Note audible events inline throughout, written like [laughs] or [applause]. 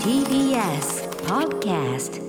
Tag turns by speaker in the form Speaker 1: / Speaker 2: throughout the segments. Speaker 1: TBS Podcast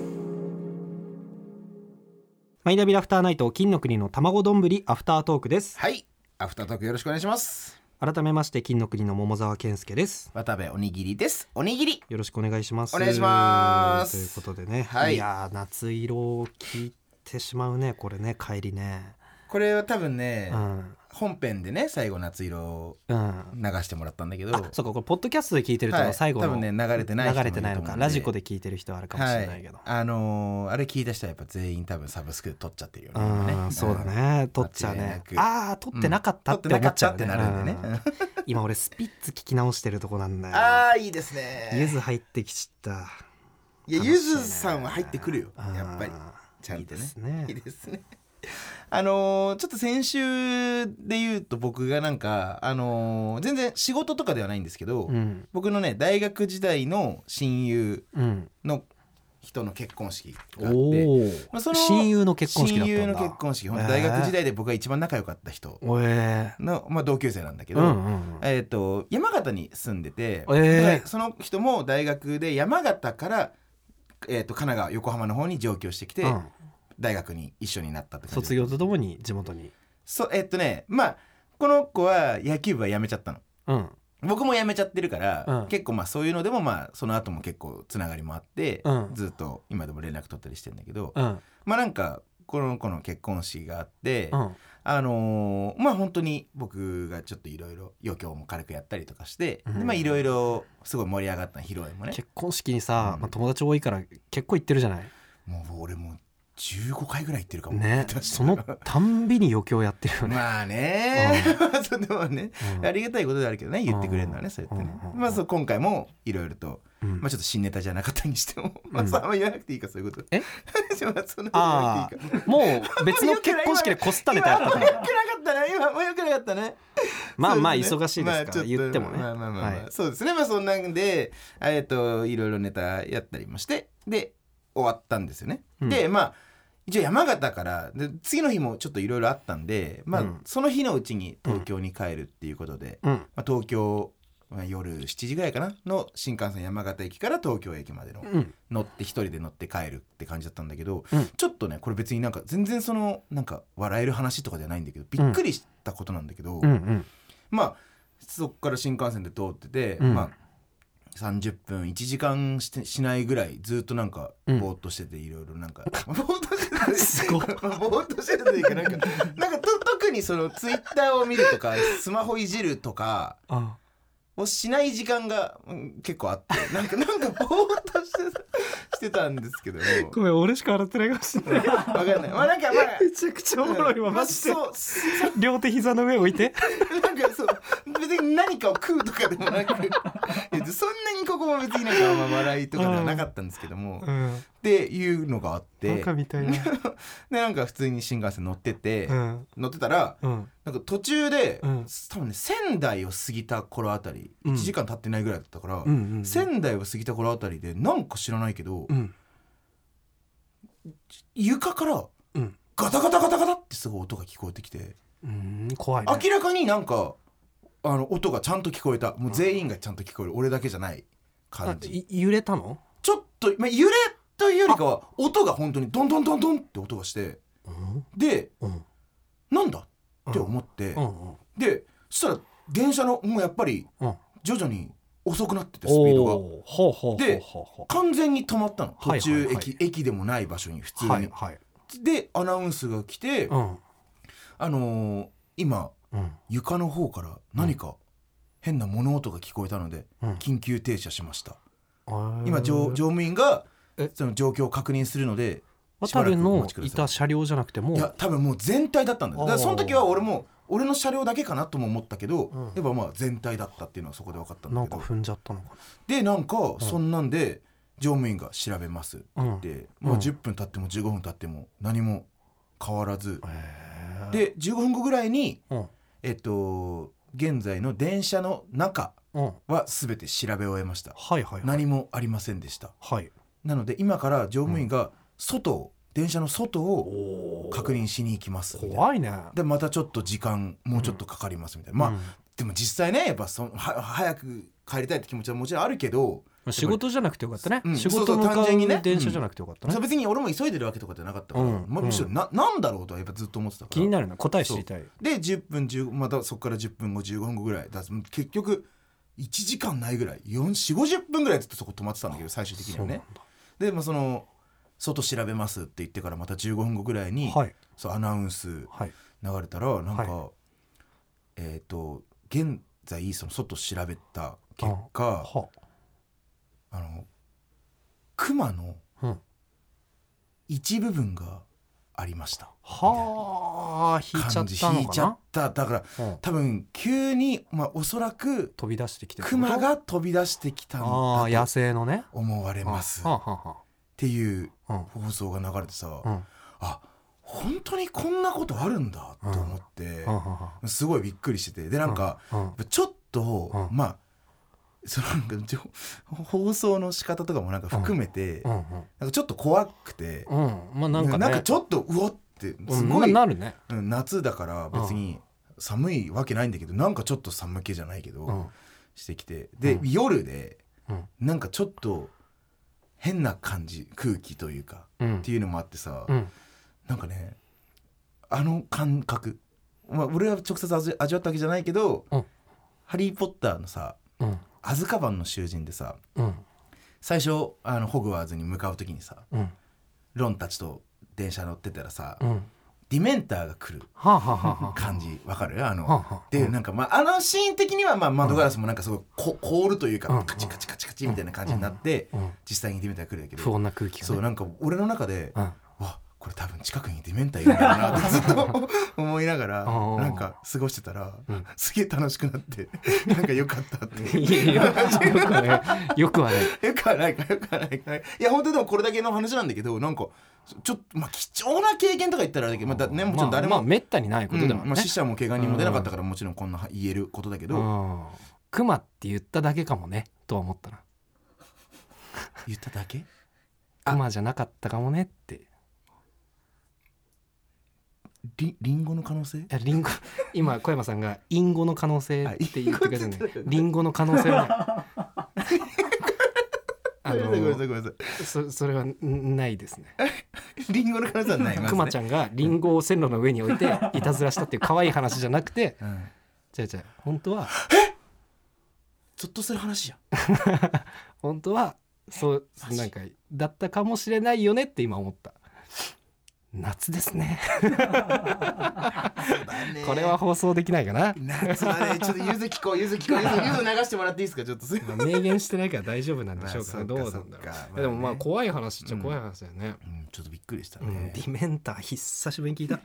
Speaker 2: マイナビラフターナイト金の国の卵丼ぶりアフタートークです
Speaker 3: はい。アフタートークよろしくお願いします。
Speaker 2: 改めまして金の国の桃沢健介です
Speaker 3: 渡部おにぎりです。おにぎり。
Speaker 2: よろしくお願いします
Speaker 3: お願いします
Speaker 2: ということでね、、
Speaker 3: はいい
Speaker 2: やー夏色を聞いてしまうねこれね帰りね
Speaker 3: これは多分ね、
Speaker 2: うん
Speaker 3: 本編でね、最後夏色を
Speaker 2: うん
Speaker 3: 流してもらったんだけど、
Speaker 2: あそうかこれポッドキャストで聞いてると
Speaker 3: はい
Speaker 2: 最後の、
Speaker 3: 多分ね流れてない人
Speaker 2: 流
Speaker 3: もい
Speaker 2: れ
Speaker 3: る
Speaker 2: て
Speaker 3: と思うんで
Speaker 2: ないのかラジコで聞いてる人はあるかもしれないけど、
Speaker 3: あのーあれ聞いた人はやっぱ全員多分サブスクで撮っちゃってるよね。今
Speaker 2: うん、
Speaker 3: ね
Speaker 2: そうだ。ね取っちゃう
Speaker 3: 間違い
Speaker 2: ね
Speaker 3: なく
Speaker 2: ああ取ってなかったって
Speaker 3: 撮って
Speaker 2: 思
Speaker 3: な
Speaker 2: っ
Speaker 3: かっ
Speaker 2: ちゃ
Speaker 3: た
Speaker 2: う
Speaker 3: っ
Speaker 2: ね
Speaker 3: てなるんでね。
Speaker 2: うん今俺スピッツ聞き直してるとこなんだよ
Speaker 3: ああ、いいです
Speaker 2: ゆず
Speaker 3: ね。
Speaker 2: 入ってきちった
Speaker 3: いや、ゆずさんは入ってくるよ。
Speaker 2: あー
Speaker 3: やっぱり。ちゃんとね。い
Speaker 2: いい
Speaker 3: い
Speaker 2: ですね
Speaker 3: ですね。あのーちょっと先週で言うと僕がなんか、あのー全然仕事とかではないんですけど、
Speaker 2: うん
Speaker 3: 僕のね大学時代の親友
Speaker 2: うん
Speaker 3: の人の結婚式があって、
Speaker 2: おお、
Speaker 3: まあその
Speaker 2: 親友の結婚式だったんだ
Speaker 3: 親友の結婚式本当大学時代で僕が一番仲良かった人
Speaker 2: おえ
Speaker 3: の、まあ、同級生なんだけ
Speaker 2: ー
Speaker 3: ど、
Speaker 2: うんうん
Speaker 3: えー、と山形に住んでて、
Speaker 2: えー
Speaker 3: でその人も大学で山形から、えー、と神奈川横浜の方に上京してきて、
Speaker 2: うんうん、
Speaker 3: 大学に一緒になったって感じ
Speaker 2: 卒業とともに地元に
Speaker 3: そうえっ、とねまあこの子は野球部は辞めちゃったの。
Speaker 2: うん
Speaker 3: 僕も辞めちゃってるから、
Speaker 2: うん
Speaker 3: 結構まあそういうのでもまあその後も結構つながりもあって、
Speaker 2: うん
Speaker 3: ずっと今でも連絡取ったりしてんだけど、
Speaker 2: うん
Speaker 3: まあなんかこの子の結婚式があって、
Speaker 2: うん
Speaker 3: あのーまあ本当に僕がちょっといろいろ余興も軽くやったりとかして、
Speaker 2: うん
Speaker 3: でまあいろいろすごい盛り上がったの披露宴もね
Speaker 2: 結婚式にさ、
Speaker 3: うん
Speaker 2: まあ、友達多いから結構行ってるじゃない
Speaker 3: もう俺もう15回ぐらい行ってるかも
Speaker 2: ね
Speaker 3: 下手した
Speaker 2: そ
Speaker 3: ら
Speaker 2: のたんびに余興やってる
Speaker 3: [laughs]
Speaker 2: よね、
Speaker 3: まあね、 [laughs] そうでもね
Speaker 2: うん
Speaker 3: ありがたいことではあるけどね言ってくれるのは
Speaker 2: うん
Speaker 3: ねそうやってね
Speaker 2: うんうんうん
Speaker 3: まあそう今回もいろいろと
Speaker 2: うん
Speaker 3: まあちょっと新ネタじゃなかったにしても、まあ、
Speaker 2: うん
Speaker 3: そうあんま言わなくていいかそういうこと。 [laughs]
Speaker 2: え
Speaker 3: まあそんなこと言わなくていいか。
Speaker 2: もう別の結婚式でこすったネタやったか
Speaker 3: 今あんま良
Speaker 2: ら
Speaker 3: くなかったね。今あんま良くなかったね。
Speaker 2: まあまあ
Speaker 3: そうね
Speaker 2: 忙しいですから、
Speaker 3: まあちょと
Speaker 2: 言ってもね、
Speaker 3: まあまあまあまあ
Speaker 2: はい
Speaker 3: そうですね。まあそんなんで、えっといろいろネタやったりもして、で終わったんですよね。
Speaker 2: うん
Speaker 3: でまあ一応山形からで次の日もちょっといろいろあったんで、まあ、
Speaker 2: うん
Speaker 3: その日のうちに東京に帰るっていうことで、
Speaker 2: うん
Speaker 3: まあ、東京、まあ、夜7時ぐらいかなの新幹線山形駅から東京駅までの
Speaker 2: うん
Speaker 3: 乗って一人で乗って帰るって感じだったんだけど、
Speaker 2: うん
Speaker 3: ちょっとねこれ別になんか全然そのなんか笑える話とかじゃないんだけどびっくりしたことなんだけど、
Speaker 2: うんうん
Speaker 3: まあそっから新幹線で通ってて、
Speaker 2: うん
Speaker 3: まあ30分1時間してしないぐらいずっとなんか
Speaker 2: うん
Speaker 3: ぼーっとしてていろい
Speaker 2: [laughs]
Speaker 3: ろなんか、ぼーっとしてて
Speaker 2: すごい
Speaker 3: ぼーっとしててというかなんかなんかと特にそのツイッターを見るとかスマホいじるとか
Speaker 2: あ
Speaker 3: をしない時間が、うん結構あってなんかなんかぼーっとしてたしてたんですけども
Speaker 2: ごめん俺しか笑ってないかもしれない
Speaker 3: わかんないまあなんかまあ
Speaker 2: めちゃくちゃおもろいわ
Speaker 3: ま
Speaker 2: マ
Speaker 3: あ
Speaker 2: ジで
Speaker 3: そう
Speaker 2: 両手膝の上置いて
Speaker 3: なんかそう別に何かを食うとかでもなくいやそんなにここも別になんかあんま笑いとかではなかったんですけども、っ
Speaker 2: ん
Speaker 3: ていうのがあって
Speaker 2: バカ
Speaker 3: で
Speaker 2: みたいな
Speaker 3: なんか普通に新幹線乗ってて、
Speaker 2: うん
Speaker 3: 乗ってたら
Speaker 2: うん
Speaker 3: なんか途中で、
Speaker 2: うん
Speaker 3: 多分ね仙台を過ぎた頃あたり
Speaker 2: うん
Speaker 3: 1時間経ってないぐらいだったから、
Speaker 2: うんうん
Speaker 3: 仙台を過ぎた頃あたりでなんか知らないけど、
Speaker 2: うん
Speaker 3: 床から
Speaker 2: うん
Speaker 3: ガタガタガタガタってすごい音が聞こえてきて。
Speaker 2: うん怖いね
Speaker 3: 明らかになんかあの音がちゃんと聞こえたもう全員がちゃんと聞こえる、俺だけじゃない感
Speaker 2: あ
Speaker 3: じ
Speaker 2: い揺れたの
Speaker 3: ちょっと、まあ、揺れというよりかは音が本当にドンドンドンドンって音がして
Speaker 2: うん
Speaker 3: で
Speaker 2: うん
Speaker 3: なんだって思って、
Speaker 2: うん
Speaker 3: でそしたら電車のもうやっぱり
Speaker 2: うん
Speaker 3: 徐々に遅くなっててスピードが
Speaker 2: おほうほうほうほう
Speaker 3: で
Speaker 2: ほ
Speaker 3: 完全に止まったの
Speaker 2: はい
Speaker 3: 途中駅、
Speaker 2: はいはい
Speaker 3: 駅でもない場所に普通
Speaker 2: う
Speaker 3: に、
Speaker 2: はいはい
Speaker 3: でアナウンスが来て、
Speaker 2: うん
Speaker 3: あのー今
Speaker 2: うん
Speaker 3: 床の方から何か変な物音が聞こえたので、
Speaker 2: うん
Speaker 3: 緊急停車しました
Speaker 2: え
Speaker 3: 今
Speaker 2: ー
Speaker 3: 乗乗務員が
Speaker 2: え
Speaker 3: その状況を確認するのでしば
Speaker 2: 渡
Speaker 3: らく
Speaker 2: る
Speaker 3: お
Speaker 2: の
Speaker 3: 待ちくだ
Speaker 2: い
Speaker 3: さい
Speaker 2: た車両じゃなくても
Speaker 3: いや多分もう全体だったんだよだから
Speaker 2: おー
Speaker 3: その時は俺も俺の車両だけかなとも思ったけど、
Speaker 2: うん
Speaker 3: やっぱまあ全体だったっていうのはそこで分かったん
Speaker 2: な
Speaker 3: だ
Speaker 2: ん
Speaker 3: け
Speaker 2: か
Speaker 3: ど
Speaker 2: 踏んじゃったのか
Speaker 3: でなんかそんなんで乗務員が調べますって
Speaker 2: なうん
Speaker 3: 言
Speaker 2: へ
Speaker 3: って、もううん10分経っても15分経っても何も変わらず、
Speaker 2: え
Speaker 3: で15分後ぐらいに
Speaker 2: うん
Speaker 3: えっと現在の電車の中
Speaker 2: うん
Speaker 3: は全て調べ終えました
Speaker 2: はいはいはい
Speaker 3: 何もありませんでした
Speaker 2: はい
Speaker 3: なので今から乗務員が外を、電車の外を
Speaker 2: お
Speaker 3: 確認しに行きますみたいな
Speaker 2: 怖いね
Speaker 3: でまたちょっと時間もうちょっとかかりますみたいな、まあでも実際ねやっぱそのは早く帰りたいって気持ちはもちろんあるけど
Speaker 2: あ仕事じゃなくてよかったね、
Speaker 3: うん
Speaker 2: 仕
Speaker 3: そう
Speaker 2: 事
Speaker 3: そう
Speaker 2: 向か
Speaker 3: 単純にね
Speaker 2: う電車じゃなくてよかったね、
Speaker 3: そう別に俺も急いでるわけとかじゃなかったから、
Speaker 2: うん
Speaker 3: まあむしろななんだろうとはやっぱずっと思ってたから
Speaker 2: 気になるな答え知りたい
Speaker 3: で10分15またそこから10分後15分後ぐらいだ結局1時間ないぐらい450分ぐらいずっとそこ止まってたんだけど最終的にはねで、まあ、その「外調べます」って言ってからまた15分後ぐらいに、
Speaker 2: はい
Speaker 3: そうアナウンス流
Speaker 2: はい
Speaker 3: れたらなんか、
Speaker 2: は
Speaker 3: えっ、と現在その外調べた結果、
Speaker 2: は
Speaker 3: あの熊の
Speaker 2: あ、うん、
Speaker 3: 一部分がありました。
Speaker 2: はあ引いちゃ
Speaker 3: 感
Speaker 2: っ
Speaker 3: じ
Speaker 2: た
Speaker 3: 引
Speaker 2: の
Speaker 3: い
Speaker 2: か
Speaker 3: ちゃ
Speaker 2: な
Speaker 3: っ、ただから
Speaker 2: うん、
Speaker 3: 多分急に、まあ、おそらく
Speaker 2: 飛び出してきてる
Speaker 3: 熊が飛び出してきたん
Speaker 2: ああ
Speaker 3: だ
Speaker 2: 野
Speaker 3: と
Speaker 2: 生のね
Speaker 3: 思われます
Speaker 2: は
Speaker 3: っ
Speaker 2: あは
Speaker 3: ていう
Speaker 2: あは
Speaker 3: 放送が流れてさ
Speaker 2: あうんうんは
Speaker 3: あ本当にこんなことあるんだと思って
Speaker 2: あは
Speaker 3: すごいびっくりしててでな
Speaker 2: あ
Speaker 3: んか
Speaker 2: うんうん
Speaker 3: ちょっと
Speaker 2: うん
Speaker 3: まあそのなんか情放送の仕方とかもなんか含めて
Speaker 2: う
Speaker 3: なんんかちょっと怖くて
Speaker 2: うんうんまあなんかね
Speaker 3: なんかちょっとうおって
Speaker 2: う
Speaker 3: す
Speaker 2: ん
Speaker 3: ごい
Speaker 2: なるね
Speaker 3: うん夏だから別に寒いわけないんだけどなんかちょっと寒気じゃないけど、
Speaker 2: うん
Speaker 3: してきてで、
Speaker 2: うん
Speaker 3: 夜で
Speaker 2: うん
Speaker 3: なんかちょっと変な感じ空気というか
Speaker 2: うん
Speaker 3: っていうのもあってさ、
Speaker 2: うん
Speaker 3: なんかねあの感覚、まあ、俺は直接味味わったわけじゃないけど「
Speaker 2: うん
Speaker 3: ハリー・ポッター」のさ
Speaker 2: うん
Speaker 3: 「アズカバンの囚人」でさ
Speaker 2: うん
Speaker 3: 最初あのホグワーズに向かう時にさ
Speaker 2: うん
Speaker 3: ロンたちと電車乗ってたらさ、
Speaker 2: うん
Speaker 3: ディメンターが来る
Speaker 2: はあはあはあはあ
Speaker 3: 感じわかるあの、
Speaker 2: はあはあ
Speaker 3: でなんかまああのシーン的にはまあ窓ガラスもなんかすごいこ凍るという
Speaker 2: う
Speaker 3: か
Speaker 2: ん
Speaker 3: カチカチカチカチみたいな感じになって
Speaker 2: うん
Speaker 3: 実際にディメンターが来るんだけ
Speaker 2: 不
Speaker 3: ど
Speaker 2: 穏な空気が
Speaker 3: そう
Speaker 2: ね
Speaker 3: なんか俺の中で
Speaker 2: うん
Speaker 3: わこれ多分近くにディメンターいるんだ
Speaker 2: [laughs]
Speaker 3: ろうなってずっと思いながら
Speaker 2: うん
Speaker 3: なんか過ごしてたら
Speaker 2: うん
Speaker 3: すげえ楽しくなってなんかよかったって
Speaker 2: [laughs] いやいやよくはねよくはね
Speaker 3: よくはないかよくはないか [laughs] いや本当でもこれだけの話なんだけどなんかちょっとまあ貴重な経験とか言ったらあれだけどまあだねもちろん誰
Speaker 2: まあ
Speaker 3: も
Speaker 2: めったにないこ
Speaker 3: う
Speaker 2: と
Speaker 3: ん
Speaker 2: だから
Speaker 3: まあ
Speaker 2: ね
Speaker 3: 死者も怪我人も出なかったからもちろんこんな言えることだけど
Speaker 2: うんクマって言っただけかもねとは思ったな
Speaker 3: 言っただけあ
Speaker 2: クマじゃなかったかもねってい
Speaker 3: リリンゴの可能性
Speaker 2: やリンゴ [laughs] 今小山さんが「インゴの可能性」
Speaker 3: あ
Speaker 2: って言ってくれた
Speaker 3: インゴって言って
Speaker 2: ね
Speaker 3: た
Speaker 2: リンゴの可能性はないあ
Speaker 3: [laughs] ごめんなさ
Speaker 2: の
Speaker 3: いごめんなさい
Speaker 2: そそれはんないですね
Speaker 3: リンゴの可能性はない
Speaker 2: クマち
Speaker 3: ゃん
Speaker 2: ゃんがリンゴを線路の上に置いていたずらしたっていう可愛い話じゃなくて違う違う本当は
Speaker 3: ちょっとする話じゃん
Speaker 2: 本当はそう
Speaker 3: マジ
Speaker 2: なんかだったかもしれないよねって今思った夏ですねこれは放送できないかな
Speaker 3: 夏はねちょっとゆず聞こうゆず聞こうゆずゆず流してもらっていいですかちょっとすいません
Speaker 2: まあ明言してないから大丈夫なんで [laughs] しょう
Speaker 3: ま
Speaker 2: か
Speaker 3: あ
Speaker 2: どうなんだろ
Speaker 3: そっ
Speaker 2: う
Speaker 3: かそっか
Speaker 2: いやでもま
Speaker 3: まあ
Speaker 2: あ
Speaker 3: ね
Speaker 2: 怖い話っちゃ怖い話だよね、
Speaker 3: うんちょっとびっくりした
Speaker 2: うん
Speaker 3: ね
Speaker 2: ディメンター久しぶりに聞い [laughs] た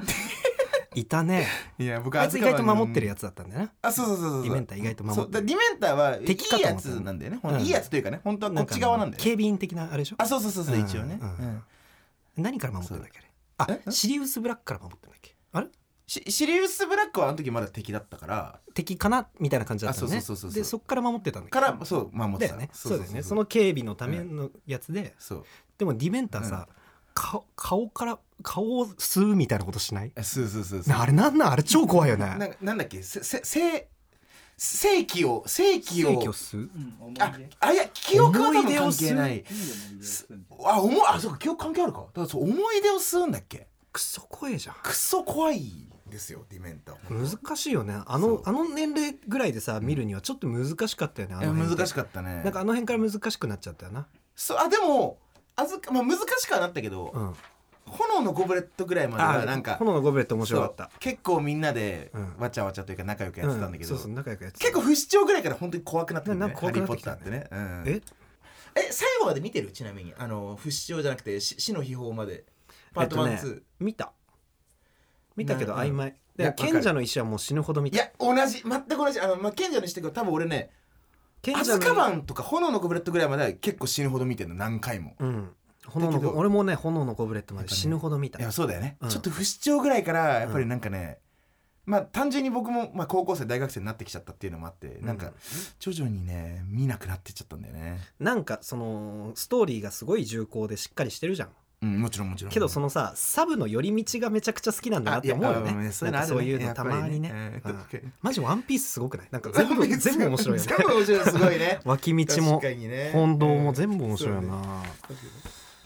Speaker 2: いたね
Speaker 3: いや僕
Speaker 2: あいつ意外と守ってる
Speaker 3: や
Speaker 2: やつだったんだよな
Speaker 3: あそうそうそうそう
Speaker 2: ディメンター意外と守ってる
Speaker 3: そうだからディメンターはい
Speaker 2: 敵か
Speaker 3: い
Speaker 2: と思
Speaker 3: や
Speaker 2: った
Speaker 3: つなんだよね
Speaker 2: うん
Speaker 3: いいやつというかね本当はこっち側なんだよ
Speaker 2: 警
Speaker 3: ね
Speaker 2: 備員的なあれでしょ
Speaker 3: あそうそうそうそう
Speaker 2: うん
Speaker 3: 一応ね
Speaker 2: うん
Speaker 3: うん
Speaker 2: 何から守ってるんだっけあれ
Speaker 3: え
Speaker 2: あシリウスブラックから守ってるんだっけあれ
Speaker 3: シシリウス・ブラックはあの時まだ敵だったから
Speaker 2: 敵かなみたいな感じだったのね
Speaker 3: あそうそうそうそうそう
Speaker 2: でそっから守ってたんだっけ
Speaker 3: からそう守っ
Speaker 2: だ
Speaker 3: てた
Speaker 2: よね
Speaker 3: そ
Speaker 2: そううだ
Speaker 3: そう
Speaker 2: よ
Speaker 3: そ
Speaker 2: ね
Speaker 3: う
Speaker 2: その警備のためのやつで
Speaker 3: そう
Speaker 2: でもディメンターさ顔顔から顔を吸うみたいなことしない
Speaker 3: あそうそうそうそう
Speaker 2: あれなんなんあれ超怖いよね
Speaker 3: ななんだっけせせせ正気を正気
Speaker 2: 正
Speaker 3: を
Speaker 2: 気を吸う
Speaker 3: ああいや記憶は多分関係な
Speaker 2: 思
Speaker 3: いあ思いあそうか記憶関係あるかだからそう思い出を吸うんだっけ
Speaker 2: クソ怖えじゃん
Speaker 3: クソ怖いですよディメンター
Speaker 2: 難しいよねあ
Speaker 3: そ
Speaker 2: の
Speaker 3: う
Speaker 2: あの年齢ぐらいでさ見るにはちょっと難しかったよねあ
Speaker 3: いや
Speaker 2: の辺
Speaker 3: 難し
Speaker 2: っ
Speaker 3: かったね
Speaker 2: なんかあの辺から難しくなっちゃったよな
Speaker 3: そうあでもあずか、まあ、難しくはなったけど、
Speaker 2: うん
Speaker 3: 炎のゴブレットぐらいまではなんか
Speaker 2: 炎のゴブレット面白かった
Speaker 3: そう結構みんなで
Speaker 2: うん
Speaker 3: わちゃわちゃというか仲良くやってたんだけど、
Speaker 2: うそうそう仲良くやってた
Speaker 3: 結構不死鳥ぐらいから本当に怖くなってくるね
Speaker 2: ななんか怖くなってきた
Speaker 3: ハリー・ポッターってね、うん、
Speaker 2: え
Speaker 3: え最後まで見てるちなみにあの不死鳥じゃなくてし死の秘宝までパート1、
Speaker 2: えっとね
Speaker 3: 2
Speaker 2: 見た見たけど
Speaker 3: な
Speaker 2: 曖昧
Speaker 3: い
Speaker 2: で
Speaker 3: や
Speaker 2: 賢者の石はもう死ぬほど見
Speaker 3: い
Speaker 2: た
Speaker 3: や同じ全く同じあの、まあ、賢者にしてく多分俺ね
Speaker 2: 賢者
Speaker 3: アズ
Speaker 2: の
Speaker 3: カバンとか炎のゴブレットぐらいまでは結構死ぬほど見てるの何回も
Speaker 2: うん炎の
Speaker 3: だけど
Speaker 2: 俺もね炎のゴブレットまで死ぬほど見た、
Speaker 3: いやそうだよね、
Speaker 2: うん
Speaker 3: ちょっと不死鳥ぐらいからやっぱりなんかね、まあ単純に僕も、まあ、高校生大学生になってきちゃったっていうのもあってなん
Speaker 2: う
Speaker 3: か
Speaker 2: ん
Speaker 3: 徐々にね見なくなってっちゃったんだよね、
Speaker 2: なんかそのストーリーがすごい重厚でしっかりしてるじゃん
Speaker 3: うん、もちろんもちろん
Speaker 2: けどそのさサブの寄り道がめちゃくちゃ好きなんだなって思うよ
Speaker 3: あいやあ
Speaker 2: ね
Speaker 3: そういうの
Speaker 2: なんかそういう
Speaker 3: あるねや
Speaker 2: の
Speaker 3: っぱ
Speaker 2: た
Speaker 3: りね
Speaker 2: まにね
Speaker 3: うん
Speaker 2: うんマジワンピースすごくないなんか全
Speaker 3: ワン
Speaker 2: 部
Speaker 3: ピース
Speaker 2: 全部面白いよね
Speaker 3: [laughs] 全部面白いすご
Speaker 2: [laughs]
Speaker 3: いね
Speaker 4: 脇道も
Speaker 3: 確かにね
Speaker 4: 本堂も全部面白いよな、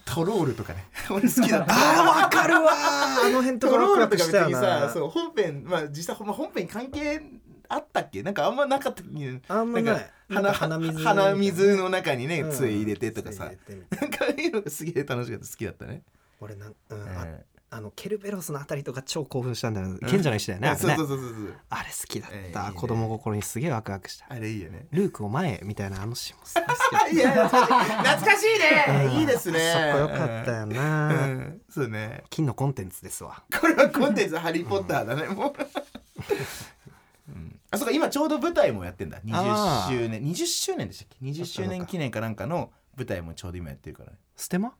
Speaker 3: トロールとかね [laughs] 俺好きだった
Speaker 2: あーわかるわーあの辺と
Speaker 3: ト
Speaker 2: か
Speaker 3: ロ
Speaker 2: ロ
Speaker 3: ー
Speaker 2: ッ
Speaker 3: ル
Speaker 2: クアッ
Speaker 3: と
Speaker 2: プ
Speaker 3: か
Speaker 2: し
Speaker 3: 別
Speaker 2: たよ
Speaker 3: に
Speaker 2: な
Speaker 3: さそう本編まあ実際ほんま本編関係あったっけなんかあんまなかったっけ
Speaker 2: あんまない
Speaker 3: か
Speaker 2: なんか
Speaker 3: 鼻
Speaker 2: 鼻水
Speaker 3: 水鼻水の中にね
Speaker 2: うん
Speaker 3: 杖入れてとか
Speaker 2: 杖
Speaker 3: さ
Speaker 2: 入れてみたいな
Speaker 3: なんかああいうのがすげえ楽しかった好きだったね
Speaker 2: 俺なん、うんあ
Speaker 3: ええ
Speaker 2: あのケルベロスのあたりとか超興奮したんだよ、ね、
Speaker 3: うん
Speaker 4: 賢者の石だよね,、
Speaker 3: あ
Speaker 4: あれ
Speaker 3: そう
Speaker 4: ね
Speaker 3: そうそうそうそう
Speaker 4: あれ好きだった、
Speaker 3: ええいいね
Speaker 4: 子供心にすげえワクワクした
Speaker 3: あれいいよね
Speaker 4: ルークを前へみたいなあのシーンもすごい好
Speaker 3: [laughs]
Speaker 4: きだ
Speaker 3: あいやいや懐かしいねいいですね
Speaker 2: そこよかったよ
Speaker 3: う
Speaker 2: な、
Speaker 3: んうんそうね
Speaker 4: 金のコンテンツですわ
Speaker 3: これはコンテンツ「ハリー・ポッター」だねもう、うんあそうか今ちょうど舞台もやってんだ20
Speaker 4: あー
Speaker 3: 周年20周年でしたっけ20
Speaker 4: そ
Speaker 3: 周
Speaker 4: う
Speaker 3: 年
Speaker 4: か
Speaker 3: 記念かなんかの舞台もちょうど今やってるからね
Speaker 4: ステマ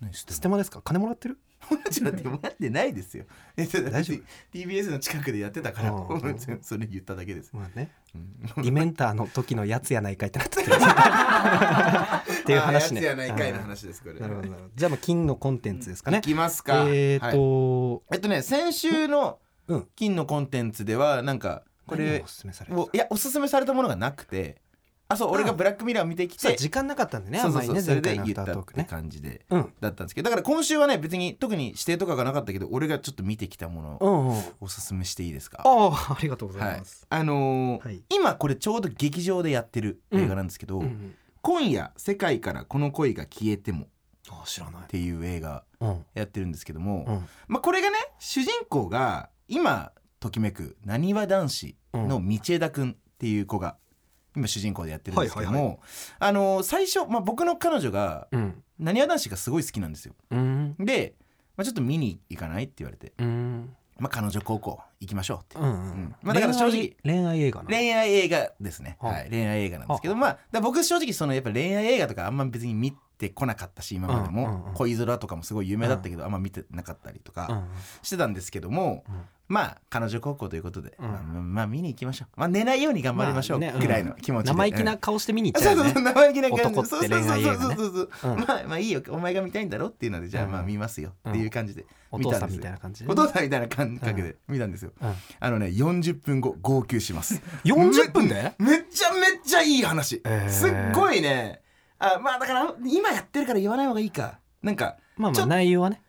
Speaker 3: 何して
Speaker 4: ステマですか金もらってる
Speaker 3: ちょっと待って待ってないですよえだって
Speaker 4: 大丈夫
Speaker 3: TBS の近くでやってたから
Speaker 4: あー
Speaker 3: それ言っただけです、
Speaker 4: まあね
Speaker 3: うん
Speaker 4: ディメンターの時のやつやないかいってな
Speaker 3: [laughs]
Speaker 4: ってたっていう話ね
Speaker 3: あーやつやないかいの話ですこれ
Speaker 4: なるほどなるほどじゃあまあ金のコンテンツですかね
Speaker 3: いきますか
Speaker 4: えー
Speaker 3: はい
Speaker 4: と、
Speaker 3: えっとね先週の
Speaker 4: うん
Speaker 3: 金のコンテンツではなんかこ
Speaker 4: これ
Speaker 3: れ
Speaker 4: おすすめされて
Speaker 3: をいやおすすめされたものがなくてあそう俺がブラックミラーを見てき
Speaker 4: さ
Speaker 3: て
Speaker 4: 時間なかったんでねあ
Speaker 3: そうんそ
Speaker 4: ま
Speaker 3: う
Speaker 4: り
Speaker 3: そう
Speaker 4: ね
Speaker 3: それ
Speaker 4: 前
Speaker 3: で
Speaker 4: 回のア
Speaker 3: 言
Speaker 4: フ
Speaker 3: った
Speaker 4: タート
Speaker 3: っ
Speaker 4: ーク
Speaker 3: て
Speaker 4: ね
Speaker 3: 感じで
Speaker 4: うん
Speaker 3: だったんですけどだから今週はね別に特に指定とかがなかったけど俺がちょっと見てきたもの
Speaker 4: う
Speaker 3: を
Speaker 4: んうんあ
Speaker 3: おすすめしていいですか
Speaker 4: あありがとうござ
Speaker 3: はいい
Speaker 4: ます、
Speaker 3: あのー
Speaker 2: はい
Speaker 3: 今これちょうど劇場でやってる映画なんですけど「
Speaker 4: うん
Speaker 3: 今夜世界からこの恋が消えても」
Speaker 4: あ知らない
Speaker 3: っていう映画
Speaker 4: うん
Speaker 3: やってるんですけども、
Speaker 4: うん
Speaker 3: まあ、これがね主人公が今ときめくなにわ男子の道枝くんっていう子が今主人公でやってるんですけども、
Speaker 2: はいは
Speaker 3: あのー最初、まあ、僕の彼女が
Speaker 4: うん
Speaker 3: なにわ男子がすごい好きなんですよ。
Speaker 4: うん
Speaker 3: で、まあ、ちょっと見に行かないって言われて、
Speaker 4: うん
Speaker 3: まあ、彼女高校行きましょうって。
Speaker 4: うんうん
Speaker 3: んまあだから正直
Speaker 4: 恋愛恋愛映画な
Speaker 3: 恋愛映画ですね、
Speaker 4: はあ
Speaker 3: はい、恋愛映画なんですけど、まあ、だから僕正直そのやっぱ恋愛映画とかあんま別に見てこなかったし今までも、
Speaker 4: うんうんうん
Speaker 3: 恋空とかもすごい有名だったけど、あんま見てなかったりと
Speaker 4: うんう
Speaker 3: か
Speaker 4: ん
Speaker 3: してたんですけども、
Speaker 4: うん
Speaker 3: まあ彼女高校ということで、
Speaker 4: うん
Speaker 3: まあまあ見に行きましょう、まあ、寝ないように頑張りましょう
Speaker 4: まあね
Speaker 3: ぐらいの気持ちで、
Speaker 4: 生意気
Speaker 3: う
Speaker 4: なん顔して見に行っちゃ
Speaker 3: そう
Speaker 4: う
Speaker 3: そ
Speaker 4: よ
Speaker 3: う
Speaker 4: ね
Speaker 3: そう生意気な感じ
Speaker 4: 男って恋愛映画ね
Speaker 3: そうそうそうそうそう
Speaker 4: うん
Speaker 3: まあまあいいよお前が見たいんだろっていうのでじゃあまあ
Speaker 4: うん
Speaker 3: 見ますよっていう感じで
Speaker 4: お
Speaker 3: 見
Speaker 4: 父
Speaker 3: た
Speaker 4: さ
Speaker 3: ん
Speaker 4: ん
Speaker 3: で
Speaker 4: み
Speaker 3: すよ
Speaker 4: たいな感じで
Speaker 3: お父さんみたいな感覚で見たんですよ、
Speaker 4: うん
Speaker 3: あのね40分後号泣します
Speaker 4: 40分で
Speaker 3: めっちゃめっちゃいい話、
Speaker 4: えー
Speaker 3: すっごいねあまあだから今やってるから言わない方がいいかなんか
Speaker 4: まあ
Speaker 3: ち
Speaker 4: まあ
Speaker 3: ょ
Speaker 4: 内容はね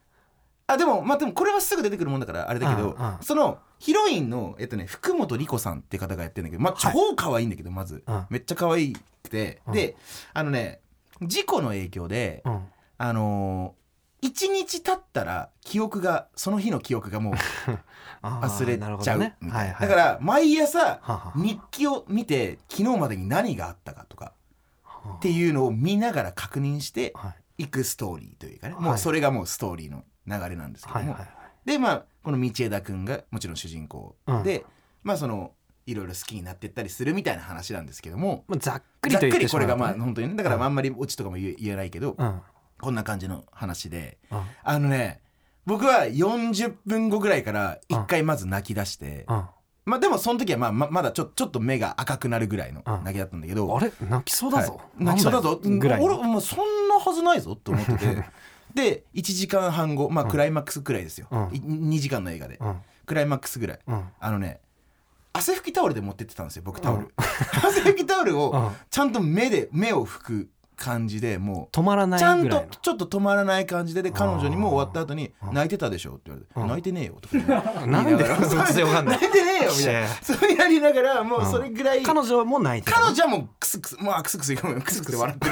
Speaker 3: あでもまあでもこれはすぐ出てくるもんだからあれだけど、
Speaker 4: うんうん
Speaker 3: そのヒロインのえっとね福本莉子さんって方がやってるんだけどまあ超可愛いんだけどまず、
Speaker 4: うん
Speaker 3: めっちゃ可愛くて、
Speaker 4: うん
Speaker 3: であのね事故の影響で、
Speaker 4: うん
Speaker 3: あのー一日経ったら記憶がその日の記憶がも
Speaker 4: [laughs]
Speaker 3: う
Speaker 4: あー
Speaker 3: 忘れ
Speaker 4: なるほ
Speaker 3: ちゃ
Speaker 4: ど
Speaker 3: う
Speaker 4: ね
Speaker 3: みた
Speaker 4: はいい
Speaker 3: な
Speaker 4: は
Speaker 3: だ
Speaker 4: い
Speaker 3: から毎朝
Speaker 4: はは
Speaker 3: 日記を見て昨日までに何があったかとか
Speaker 4: は
Speaker 3: っていうのを見ながら確認して
Speaker 4: はい
Speaker 3: いくストーリーというかね
Speaker 4: はい
Speaker 3: もうそれがもうストーリーの流れなんですけど
Speaker 4: はい
Speaker 3: も
Speaker 4: はい
Speaker 3: でまあこの道枝君がもちろん主人公
Speaker 4: うん
Speaker 3: でまあそのいろいろ好きになってったりするみたいな話なんですけども
Speaker 4: まあざっくり
Speaker 3: ざっ
Speaker 4: と言っ
Speaker 3: く
Speaker 4: て
Speaker 3: り
Speaker 4: し
Speaker 3: こ
Speaker 4: まう
Speaker 3: れ
Speaker 4: と
Speaker 3: が
Speaker 4: ね
Speaker 3: まあ本当にねだから
Speaker 4: うん
Speaker 3: あんまりオチとかも言え言えないけど
Speaker 4: うん
Speaker 3: こんな感じの話で
Speaker 4: うん
Speaker 3: あのね僕は40分後ぐらいから一回まず泣き出して
Speaker 4: うん
Speaker 3: まあでもその時はまあままだちょちょっと目が赤くなるぐらいの泣きだったんだけど、
Speaker 4: あれ泣きそうだぞ、
Speaker 3: はい泣きそうだぞ
Speaker 4: なんよぐらい
Speaker 3: 俺もうそんなはずないぞって思って
Speaker 4: [laughs]
Speaker 3: てで1時間半後まあクライマックスくらいですよ、
Speaker 4: うん
Speaker 3: い2時間の映画で、
Speaker 4: うん
Speaker 3: クライマックスぐらい
Speaker 4: うん
Speaker 3: あのね汗拭きタオルで持ってってたんですよ僕タオル、 [laughs] 汗拭きタオル
Speaker 4: うん
Speaker 3: をちゃんと目で目を拭く感じでもう
Speaker 4: 止まらな
Speaker 3: ちゃ
Speaker 4: い
Speaker 3: ん
Speaker 4: ぐらい
Speaker 3: と
Speaker 4: の
Speaker 3: ちょっと止まらない感じでで彼女にも終わった後に「泣いてたでしょ」って言われて「
Speaker 4: うん
Speaker 3: 泣いてねえよ」とか言いなが
Speaker 4: [laughs]
Speaker 3: ら [laughs]
Speaker 4: なんで突然わかんない
Speaker 3: 泣いてねえよ」
Speaker 4: [laughs]
Speaker 3: みたいなそうやりながらもうそれぐらい、
Speaker 4: 彼女も泣いてる
Speaker 3: 彼女はもうクスクスまあクスクスごめんクスクス笑って